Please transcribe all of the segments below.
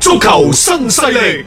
足球新勢力。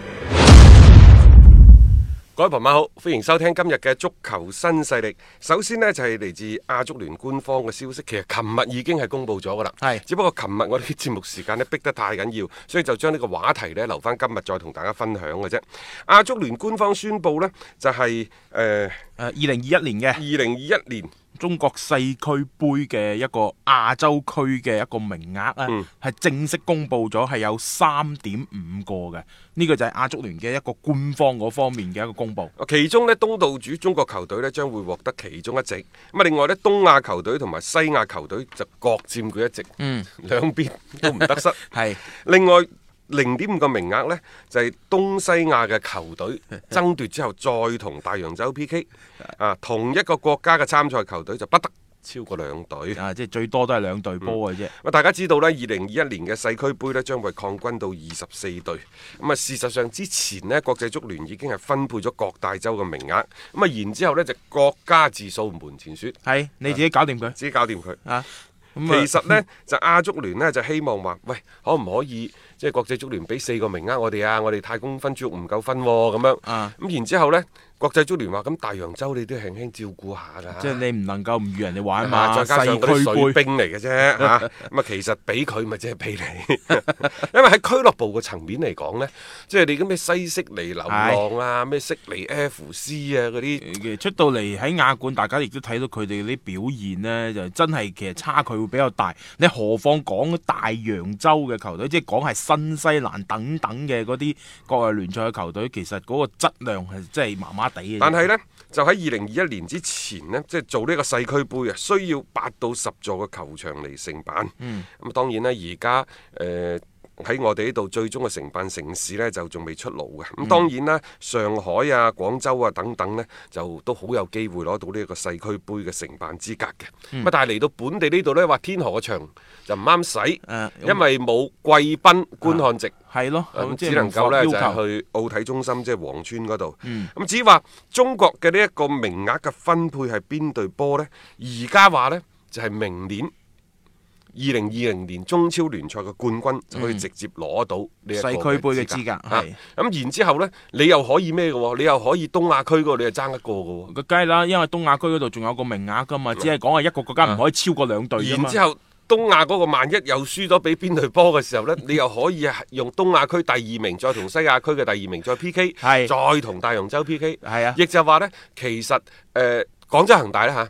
各位朋友好，歡迎收聽今日嘅足球新勢力。首先呢，就係、嚟自亞足聯官方嘅消息，其實琴日已經係公布咗噶啦。係只不過琴日我哋啲節目時間呢逼得太緊要，所以就將呢個話題呢留翻今日再同大家分享嘅啫。亞足聯官方宣布呢，就係誒誒呃二零二一年二嘅零二一年中國世俱杯嘅一個亞洲區嘅一個名額咧，嗯係、正式公布咗係有三點五個嘅，呢、個就係亞足聯嘅一個官方嗰方面嘅一個公佈。其中呢，東道主中國球隊呢將會獲得其中一席。咁啊，另外呢，東亞球隊同埋西亞球隊就各佔佢一席。嗯，兩邊都唔得失。係另外零點五個名額呢，就係、東西亞嘅球隊爭奪之後，再同大洋洲 PK 啊，同一個國家嘅參賽球隊就不得超過兩隊。啊，即係最多都係兩隊波嘅啫。咁啊大家知道呢，二零二一年嘅世俱杯呢，將會擴軍到二十四隊。咁啊，事實上之前呢，國際足聯已經係分配咗各大洲嘅名額。咁啊，然之後呢，就國家自掃門前雪，係、你自己搞掂佢自己搞掂佢。啊。咁啊其實呢，就亞足聯呢，就希望話，喂，可唔可以即係國際足聯俾四個名額我哋啊？我哋太公分豬肉唔夠分喎、咁樣。咁、啊然之後呢，國際足聯話，咁大洋洲你都輕輕照顧下㗎。即係你唔能夠唔與人哋玩嘛，啊再加世上嗰啲俱水杯兵嚟嘅啫 嚇，啊咁啊其實俾佢咪即係俾你， 因為喺俱樂部嘅層面嚟講呢，即係你咁咩西悉尼流浪啊、咩悉尼 F C 啊嗰啲，其實出到嚟喺亞冠，大家亦都睇到佢哋啲表現呢，就真係其實差距會比較大。你何況講大洋洲嘅球隊，即係講係新西蘭等等嘅嗰啲國內聯賽嘅球隊，其實嗰個質量係真係麻麻地嘅。但係呢，就喺二零二一年之前呢，即係做呢個世俱杯啊，需要八到十座嘅球場嚟承辦。咁、當然啦，而家誒喺我哋呢度最終嘅承辦城市呢，就仲未出爐嘅。咁、當然啦，上海啊、廣州啊等等呢，就都好有機會攞到呢個世俱杯嘅承辦資格嘅。咁、但係嚟到本地呢度呢，話天河嘅場就唔啱使，誒因為冇貴賓觀看席。係咯，啊啊咁即係只能夠呢，唔就符合要係求。嗯去奧體中心，即係黃村嗰度。咁至於話中國嘅呢一個名額嘅分配係邊隊波呢？而家話呢，就係明年二零二零年中超聯賽嘅冠軍就可以直接攞到呢一個嗯世俱杯嘅資格啊係咁然之後呢，你又可以咩嘅喎？你又可以東亞區嗰度你又爭一個嘅喎。梗係啦，因為東亞區嗰度仲有個名額㗎嘛，只係講係一個國家唔可以超過兩隊㗎然嘛之。後東亞嗰個萬一又輸咗俾邊隊波嘅時候 呢，你又可以用東亞區第二名再同西亞區嘅第二名再 P K，係再同大洋洲 P K，係啊亦就話呢，其實誒、呃、廣州恒大呢，嚇，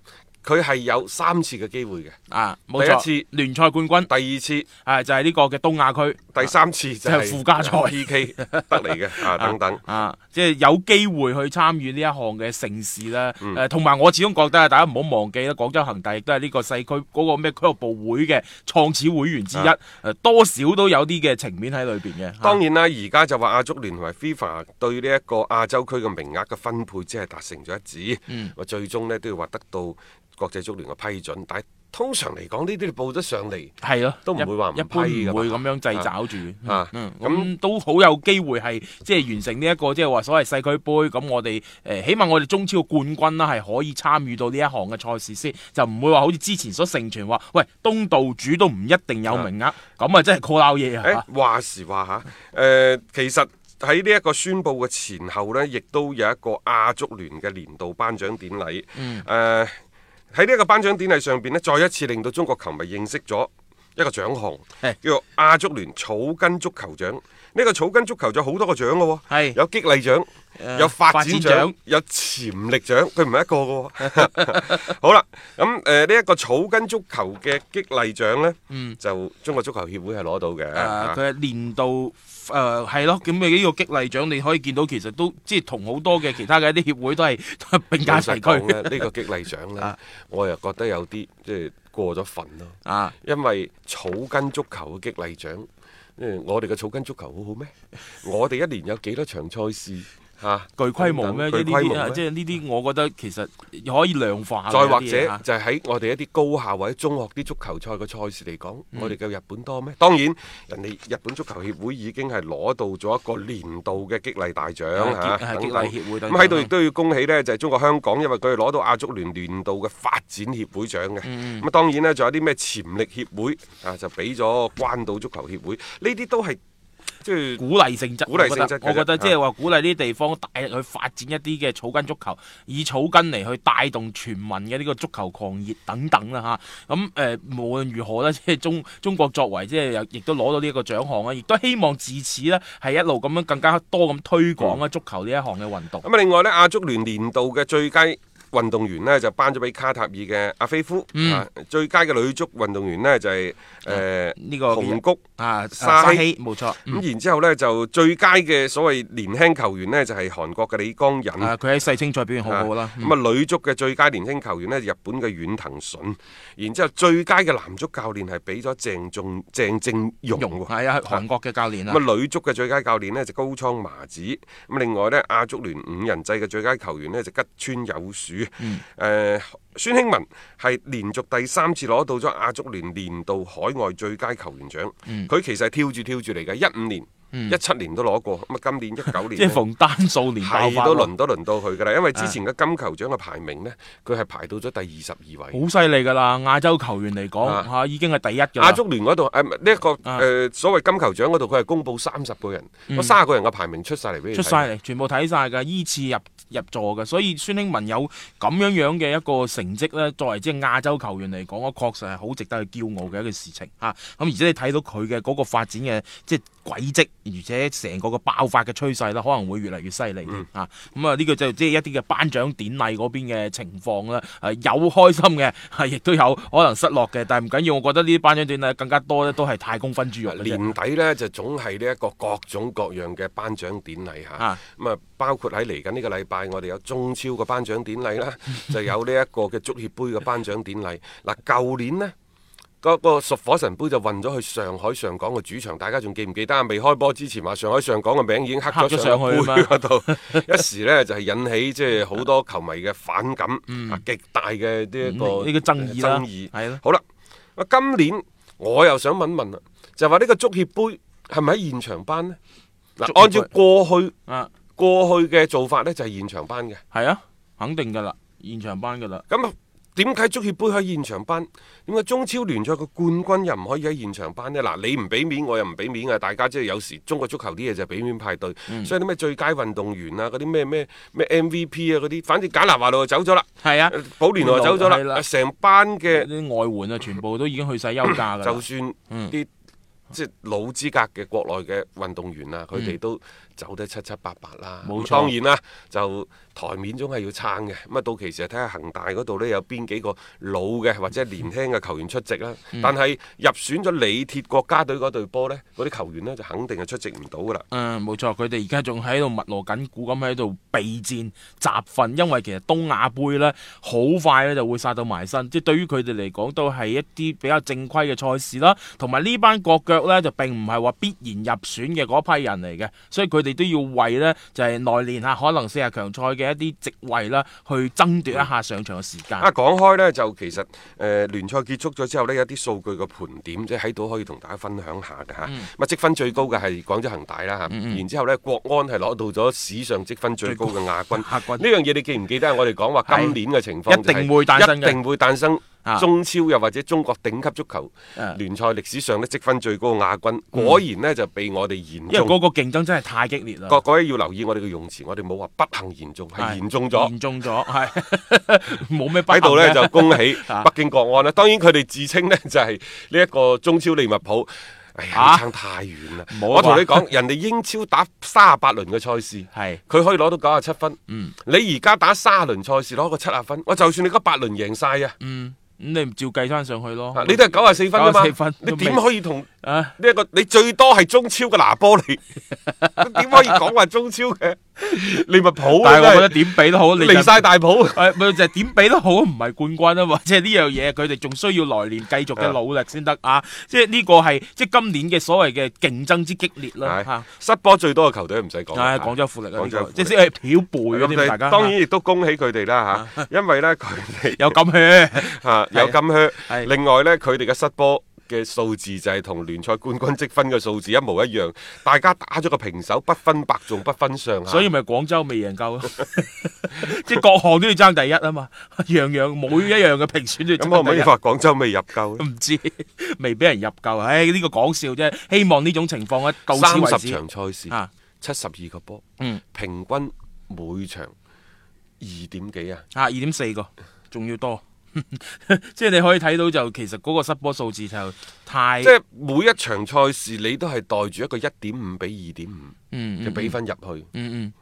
佢係有三次嘅機會嘅，啊，冇錯，第一次聯賽冠軍，第二次、啊就係呢個嘅東亞區。第三次就即係係附加賽 P K 得嚟嘅 啊等等。啊，即係有機會去參與呢一項嘅盛事啦。誒、嗯同埋我始終覺得啊，大家唔好忘記啦，廣州恒大亦都係呢個世區嗰個咩俱樂部會嘅創始會員之一，誒、啊多少都有啲嘅情面喺裏邊嘅。啊嚇當然啦，而家就話亞足聯同埋 FIFA 對呢一個亞洲區嘅名額嘅分配，只係達成咗一致。嗯，最終呢都要話得到國際足聯嘅批准。但係通常嚟講，呢啲你報得上嚟係咯，都唔會話唔一一般批㗎唔嘛會咁樣掣肘住。啊嗯，咁、咁都好有機會係即係完成呢、一個即係話所謂世俱杯。咁我哋誒、呃起碼我哋中超冠軍啦，係可以參與到呢一項嘅賽事先，就唔會話好似之前所盛傳話，喂東道主都唔一定有名額，咁啊真係 call 嘢誒啊！哎話時話嚇，誒、呃其實喺呢一個宣佈嘅前後呢，亦都有一個亞足聯嘅年度頒獎典禮。誒喺呢一個頒獎典禮上邊呢，再一次令到中國球迷認識咗。一個獎項係，叫做亞足聯草根足球獎。呢個草根足球獎好多個獎嘅喎係，有激勵獎。有發展發展獎獎，有潛力獎，佢唔係一個嘅喎。 好啦，咁誒呢一個草根足球嘅激勵獎呢，就中國足球協會係攞到嘅。啊誒嗯啊佢係年度誒係咯，咁你呢個激勵獎你可以見到其實都即係同好多嘅其他嘅一啲協會都係 都係並駕老齊啊實驅講咧，呢個激勵獎呢，我又覺得有啲即係過咗份咯。啊！因為草根足球嘅激勵獎，誒我哋嘅草根足球好好咩？我哋一年有幾多場賽事嚇？ 巨規模咩？等即等係巨規呢啲模啊，咩即係呢啲，我覺得其實可以量化嘅再或有啲嘢者啊就係喺我哋一啲高校或者中學啲足球賽嘅賽事嚟講，我哋嘅日本多咩？當然，人哋日本足球協會已經係攞到咗一個年度嘅激勵大獎係嚇，激係等激等勵協會等咁喺度等亦都要恭喜呢，就係中國香港，因為佢係攞到亞足聯年度嘅發展協會獎嘅。咁啊當然呢，仲有啲咩潛力協會啊，就俾咗關島足球協會，呢啲都係即係鼓勵性質，鼓勵性質啊嘅啫我覺得我覺得即係話鼓勵呢啲地方大力去發展一啲嘅草根足球，以草根嚟去帶動全民嘅呢個足球狂熱等等啦吓，咁誒、呃，無論如何咧， 即係中中國作為即係又亦都攞到呢一個獎項啊，亦都希望自此咧係一路咁樣更加多咁推廣啊足球呢一項嘅運動。嗯咁啊，另外呢，亞足聯年度嘅最佳運動員呢，就頒咗俾卡塔爾嘅阿菲夫。嗯啊最佳嘅女足運動員呢，就係、誒啊呢個紅谷。啊，沙沙希希冇錯，嗯咁然之後呢，就最佳嘅所謂年輕球員呢，就係、韓國嘅李光仁。啊，佢喺世青賽表現好好啦啊。嗯咁啊，女足嘅最佳年輕球員呢，日本嘅遠藤純。然之後最佳嘅男足教練係俾咗鄭仲鄭正容容喎。係啊，韓國嘅教練啦。嗯咁啊，女足嘅最佳教練呢，就高倉麻子。咁另外呢，亞足聯五人制嘅最佳球員呢，就吉川有樹。誒、嗯孫興文係連續第三次攞到咗亞足聯年度海外最佳球員獎。佢、嗯其實係跳住跳住嚟嘅，一五年、一七、年都攞過，咁啊今年一九年呢。 即係逢單數年爆係發啊都喎輪都輪到佢㗎啦，因為之前嘅金球獎嘅排名呢，佢係排到咗第二十二位。好犀利㗎啦！亞洲球員嚟講啊嚇，已經係第一㗎啦亞。足聯嗰度誒呢一個誒、啊嗯所謂金球獎嗰度，佢係公佈三十個人，嗰三十個人嘅排名出晒嚟俾你出睇。晒嚟，全部睇晒㗎，依次入入座㗎，所以孫興文有咁樣樣嘅一個成績咧，作為即係亞洲球員嚟講，我確實係好值得去驕傲嘅一個事情嚇。咁、而且你睇到佢嘅嗰個發展嘅即係軌跡，而且成個嘅爆發嘅趨勢啦，可能會越嚟越犀利嗯添嚇。啊咁啊，呢、個就即係一啲嘅頒獎典禮嗰邊嘅情況啦。誒、啊有開心嘅，係亦都有可能失落嘅，但係唔緊要，我覺得呢啲頒獎典禮更加多咧，都係太公分豬肉嘅啊啫。年底呢，就總係呢一個各種各樣嘅頒獎典禮嚇，咁啊啊包括喺嚟緊呢個禮拜，我哋有中超嘅頒獎典禮啦，就有呢一個嘅足協杯嘅頒獎典禮。嗱，舊年呢。嗰個屬火神杯就運咗去上海上港嘅主場，大家仲記唔記得啊？未開波之前話上海上港嘅名已經刻刻咗咗上上個杯去啊嘛嗰度，一時呢就係引起即係好多球迷嘅反感，啊極大嘅呢一個嗯呢個爭議啦爭議係咯好啦，啊今年我又想問問啦，就係話呢個足協杯係咪喺現場班呢？足協嗱，杯按照過去啊，過去嘅做法呢，就係現場班嘅。係啊，肯定㗎啦，現場班㗎啦。咁啊點解足協杯可以現場班？點解中超聯賽嘅冠軍又唔可以喺現場班呢？嗱，你唔俾面，我又唔俾面啊！大家即係有時中國足球啲嘢就係俾面派對，嗯所以啲咩最佳運動員啊，嗰啲咩咩咩 MVP 啊嗰啲，反正簡拿華路就走咗啦，係啊，保連奴就走咗係啦，啦成班嘅。啲外援啊，全部都已經去晒休假㗎啦。嗯就算啲即係老資格嘅國內嘅運動員啊，佢哋都走得七七八八啦。嗯冇錯當然啦，就台面總係要撐嘅。咁啊，到期時睇下恒大嗰度呢，有邊幾個老嘅或者係年輕嘅球員出席啦。嗯但係入選咗李鐵國家隊嗰隊波呢，嗰啲球員呢，就肯定係出席唔到噶啦。嗯，冇錯，佢哋而家仲喺度密鑼緊鼓咁喺度備戰集訓，因為其實東亞杯呢，好快咧就會殺到埋身，即係對於佢哋嚟講都係一啲比較正規嘅賽事啦。同埋呢班國腳呢，就並唔係話必然入選嘅嗰批人嚟嘅，所以佢哋都要為呢，就係、內練下可能四十強賽嘅一啲席位啦，去爭奪一下上場嘅時間。啊，講開呢，就其實誒、呃、聯賽結束咗之後呢，有啲數據嘅盤點，即係喺度可以同大家分享下嘅嚇。咁嗯啊、積分最高嘅係廣州恒大啦嚇，然之後呢，國安係攞到咗史上積分最高嘅亞軍。亞軍呢樣嘢你記唔記得啊？我哋講話今年嘅情況一定會誕生嘅一定會誕生啊中超又或者中國頂級足球啊嗯聯賽歷史上呢積分最高嘅亞軍，果然呢就被我哋言因為嗰中。個競爭真係太激烈啦。各各位要留意我哋嘅用詞，我哋冇話不幸言中，係言中咗。嚴重咗，係 冇咩不喺度幸呢， 嘅就恭喜啊北京國安啦。當然佢哋自稱呢，就係呢一個中超利物浦。哎呀，啊差太遠啦！唔好啊我同你講，人哋英超打三十八輪嘅賽事，係嗯佢可以攞到九十七分。你而家打三十輪賽事攞個七十分，我就算你嗰八輪贏晒啊，嗯，咁你唔照計翻上去咯啊。你都係九十四分啊94嘛分，你都點未可以同啊，呢一個你最多係中超嘅拿波利， 你點可以講話中超嘅利物浦啊？但係我覺真得係點比都好，你就離晒大譜。啊 誒咪就係點比都好，唔係冠軍啊嘛！即 係呢樣嘢，佢哋仲需要來年繼續嘅努力先得啊！即係呢個係即係今年嘅所謂嘅競爭之激烈啦係嚇。失波最多嘅球隊唔使講啦。啊唉，廣州富力啊，廣呢州個富力即係係漂背嗰咁啲你大家啊當然亦都恭喜佢哋啦嚇， 因為呢，佢哋有咁血，啊有係金靴，係另外呢，佢哋嘅失波嘅數字就係同聯賽冠軍積分嘅數字一模一樣，大家打咗個平手，不分伯仲，不分上下。所以咪廣州未贏夠咯。 即係各項都要爭第一啊嘛，樣樣每一樣嘅評選都要咁可唔爭可第以一。話廣州未入夠呢唔知未俾人入夠，唉呢個講笑啫。希望呢種情況咧到此為三十止場賽事，啊，七十二個波，嗯平均每場二點幾啊？啊，二點四個，仲要多， 即係你可以睇到就其實嗰個失波數字就太即係每一場賽事你都係袋住一個一點五比二點五嗯嘅嗯比分入去。嗯嗯，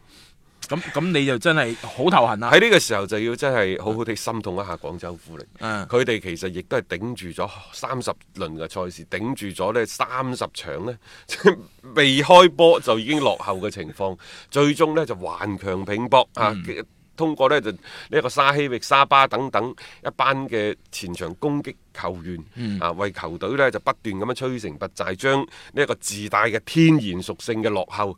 咁咁你就真係好頭痕啦，喺呢個時候就要真係好好地心痛一下廣州富力，嗯佢哋其實亦都係頂住咗三十輪嘅賽事，頂住咗呢三十場呢， 即係未開波就已經落後嘅情況，最終呢就頑強拼搏啊！通過呢就呢一個沙希域、沙巴等等一班嘅前場攻擊球員、啊，為球隊呢就不斷咁樣摧城拔寨，將呢一個自帶嘅天然屬性嘅落後，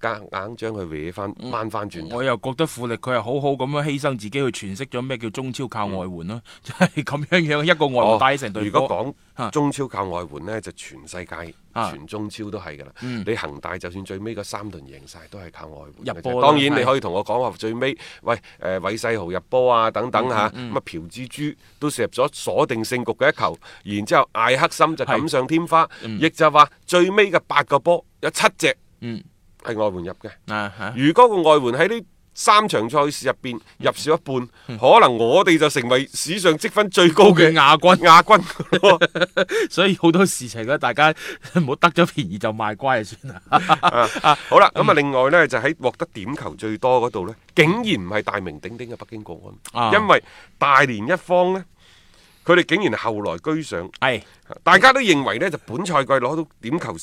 夾硬將佢搲翻掹翻轉頭。我又覺得富力佢係好好咁樣犧牲自己去詮釋咗咩叫中超靠外援咯， 就係咁樣樣一個外援帶起成隊嗯哦如波。果講啊中超靠外援呢，就全世界、啊全中超都係㗎啦。你恒大就算最尾嗰三輪贏晒，都係靠外援嘅啫。嗯入波啦當然係你可以同我講話最尾，喂誒、呃、韋世豪入波啊等等嗯嚇，咁啊、朴蜘蛛都射入咗鎖定勝局嘅一球，然之後艾克森就錦上添花，亦就話最尾嘅八個波有七隻嗯係外援入嘅。啊嚇如果個外援喺呢三場賽事入邊入少一半，嗯可能我哋就成為史上積分最高嘅亞軍亞軍㗎 咯。所以好多事情咧，大家 唔好得咗便宜就賣乖就算啦。啊好啦，咁啊，另外呢，就喺獲得點球最多嗰度呢，竟然唔係大名鼎鼎嘅北京國安，啊因為大連一方呢，佢哋竟然後來居上， 係大家都認為呢，就本賽季攞到點球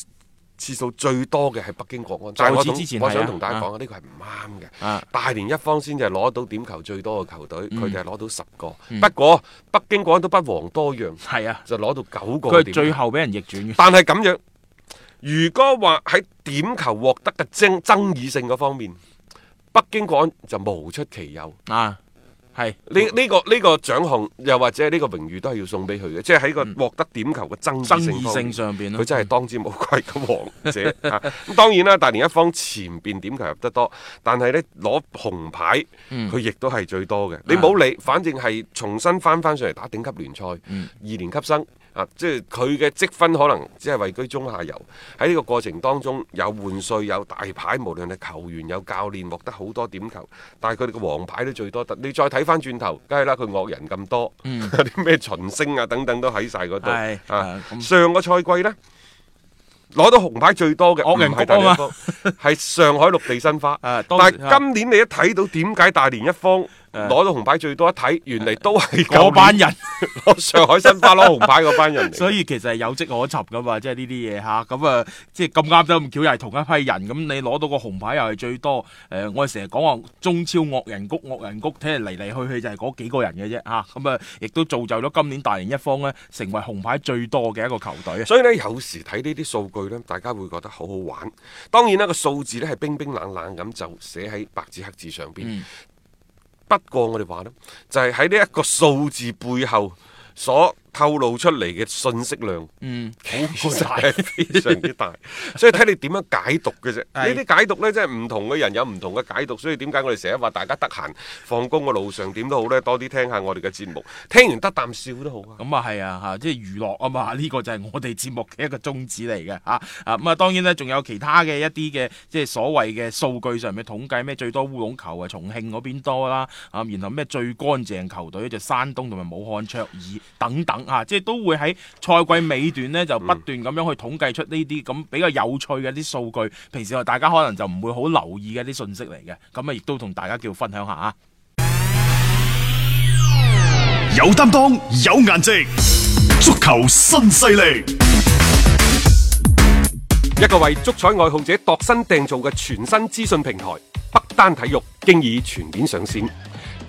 次數最多嘅係北京國安，但係我就同此之前我係啊想同大家啊講啊，呢個係唔啱嘅。啊嗯大連一方先至係攞到點球最多嘅球隊，佢哋係攞到十個，不過北京國安都不遑多讓，係啊，就攞到九個佢點係球最後俾人逆轉嘅。但係咁樣，如果話喺點球獲得嘅爭爭議性嗰方面，北京國安就無出其右。啊，係呢呢、個呢、個獎項又或者呢個榮譽都係要送俾佢嘅，即係喺個獲得點球嘅爭嗯爭議性議方面性上邊咯佢真係當之無愧嘅王 者啊！咁當然啦，大連一方前邊點球入得多，但係呢攞紅牌嗯佢亦都係最多嘅。啊你冇理，反正係重新翻翻上嚟打頂級聯賽，嗯二年級生啊，即係佢嘅積分可能只係位居中下游。喺呢個過程當中，有換帥，有大牌，無論係球員有教練，獲得好多點球，但係佢哋嘅黃牌都最多。你再睇翻轉頭，梗係啦，佢惡人咁多， 啲咩秦星啊等等都喺晒嗰度。嗯係啊啊，咁上個賽季呢。攞到紅牌最多嘅，惡人唔係谷大啊連一嘛方， 係上海綠地申花。啊但當係今年你一睇到點解大連一方啊攞到紅牌最多，一睇原嚟都係 舊嗰班年人， 攞上海申花攞紅牌嗰班人嚟。所以其實係有跡可尋噶嘛，即係呢啲嘢吓。咁啊，即係咁啱得咁巧，又係同一批人，咁你攞到個紅牌又係最多。誒、我哋成日講話中超惡人谷，惡人谷，睇嚟嚟嚟去去就係嗰幾個人嘅啫吓。咁啊，亦都造就咗今年大連一方咧，成為紅牌最多嘅一個球隊啊。所以呢，有時睇呢啲數據呢，大家會覺得好好玩。當然啦，個數字呢係冰冰冷冷咁就寫喺白紙黑字上邊。不過我哋話呢，就係喺呢一個數字背後所透露出嚟嘅信息量，嗯，其實係非常 之大，所以睇你點樣解讀嘅啫。係呢啲解讀呢，真係唔同嘅人有唔同嘅解讀，所以點解我哋成日話大家得閒放工嘅路上點都好呢，多啲聽下我哋嘅節目，聽完得啖笑都好啊。咁啊係啊嚇，即係娛樂啊嘛， 呢、個就係我哋節目嘅一個宗旨嚟嘅嚇。啊咁啊，當然咧，仲有其他嘅一啲嘅即係所謂嘅數據上面統計，咩最多烏龍球啊，重慶嗰邊多啦，啊，然後咩最乾淨球隊就山東同埋武漢卓爾等等啊，即係都會喺賽季尾段呢，就不斷咁樣去統計出呢啲咁比較有趣嘅啲數據，平時大家可能就唔會好留意嘅啲信息嚟嘅，咁啊亦都同大家叫分享下啊。有担当，有颜值，足球新势力。一個為足彩愛好者度身訂造嘅全新資訊平台北單體育，經已全面上線。